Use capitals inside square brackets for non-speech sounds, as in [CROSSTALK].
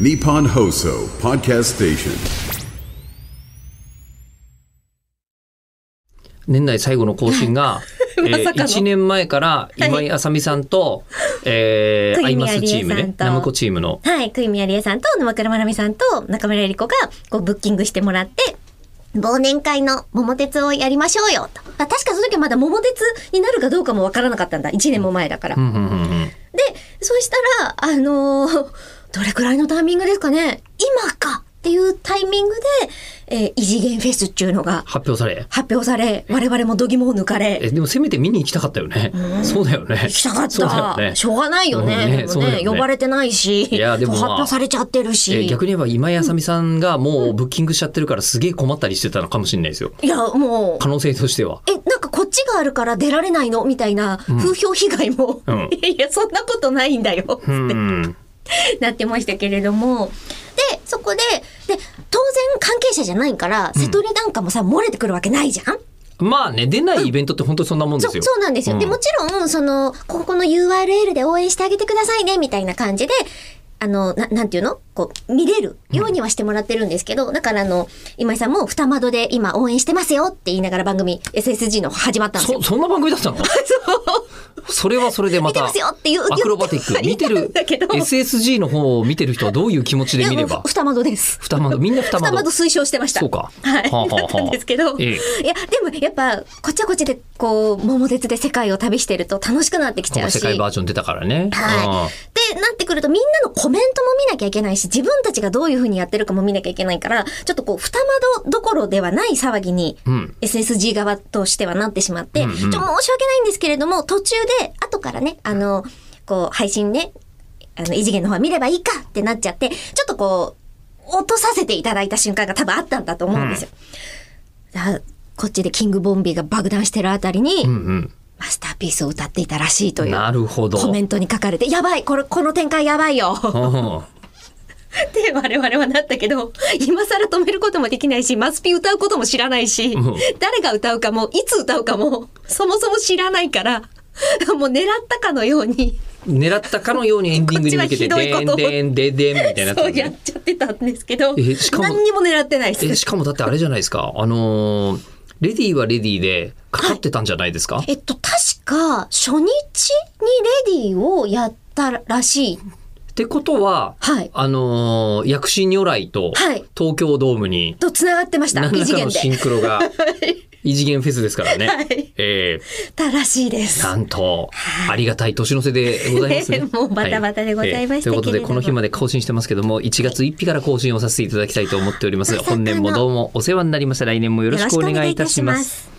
Nippon Hoso Podcast Station. 年内最後の更新 [LAUGHS] が、えまさかの1年前から今井あさみさんと、えー、アクイイミマアリエさんスとチームねナムコチームのはい、久井宮理恵さんと沼倉まなみさんと中村えり子がこうブッキングしてもらって、忘年会の桃鉄をやりましょうよと。あ確かその時はまだ桃鉄になるかどうかもわからなかったんだ。1年も前だから。うんうんうんうんで、そしたら、あのーどれくらいのタイミングですかね今かっていうタイミングで、えー異次元フェスっていうのが発表され発表され、我々も度肝を抜かれ、えでもせめて見に行きたかったよね、そうだよね行きたかっそうだた。よねしょうがないよね。うんねでもそうだよね呼ばれてないし、いやでもまあ発表されちゃってるえし。逆に言えば今井あさみさんがもうブッキングしちゃってるからすげえ困ったりしてたのかもしれないですよいや、もう可。能性としてはえ、なんかこっちがあるから出られないのみたいな風評被害も、うん [LAUGHS] いやいや、そんなことないんだよ、うん [LAUGHS] なってましたけれども。で、そこで、で、当然関係者じゃないから、瀬戸利なんかもさ、漏れてくるわけないじゃんまあね出ないイベントって本当にそんなもんでそすよそうなんですよ。で、もちろん、その、ここの URL で応援してあげてくださいね、みたいな感じで、あの、ななんていうのこう、見れるようにはしてもらってるんですけど、だからあの、今井さんも二窓で今応援してますよって言いながら番組 SSG の始まったんですよ。そそんな番組だ [LAUGHS] ったのそれはそれでまた見てますよっていうアクロバティック言見っててるんるだけど SSG の方を見てる人はどういう気持ちで見れいや [LAUGHS] もばう二窓です。二窓みんな二二窓窓推奨してました。そうかははい。あはあはあだったんですけど。えいや、でもやっぱ、こっちはこっちで、こう、桃鉄で世界を旅してると楽しくなってきち今ゃ回う世し。界バージョン出たからね、はい。で、なってくるとみんなのコメントも見なきゃいけないし、自分たちがどういうふうにやってるかも見なきゃいけないから、ちょっとこう、二窓どころではない騒ぎに、うん SSG 側としてはなってしまって、うんうんちょっと申し訳ないんですけれども、途中で、後からね、あの、こう、配信ね、あの、異次元の方は見ればいいかってなっちゃって、ちょっとこう、落とさせていただいた瞬間が多分あったんだと思うんですよ。だこっちでキングボンビーが爆弾してるあたりに、うんうんマスターピースを歌っていたらしいという。なるほどコメントに書かれて、やばいこれ、この展開やばい [LAUGHS] ようんって我々はなったけど、今更止めることもできないし、マスピ歌うことも知らないしうん、誰が歌うかも、いつ歌うかも、そもそも知らないから、 [LAUGHS] もう狙ったかのように、狙ったかのようにエンディングに向けて [LAUGHS] こっちはでひんどいことをでんでんでんみたいになってそうるねやっちゃってたんですけど、えしかも何にも狙ってないでえす。しかもだってあれじゃないですかあのーレディーはレディーでかかってたんじゃないですか、えっと、確か、初日にレディーをやったらしい。ってことは、はいあのー薬師如来とはい東京ドームにと繋がってました。何異ら次か元のシンで。クロ [LAUGHS] が異次元フェスですからね、はいえたらしいですー。なんとありがたい年の瀬でございますね [LAUGHS] もうバタバタでございましたけれといどもうことでこの日まで更新してますけども1月1日から更新をさせていただきたいと思っておりますまさかの本年もどうもお世話になりました来年もよろしくお願いいたします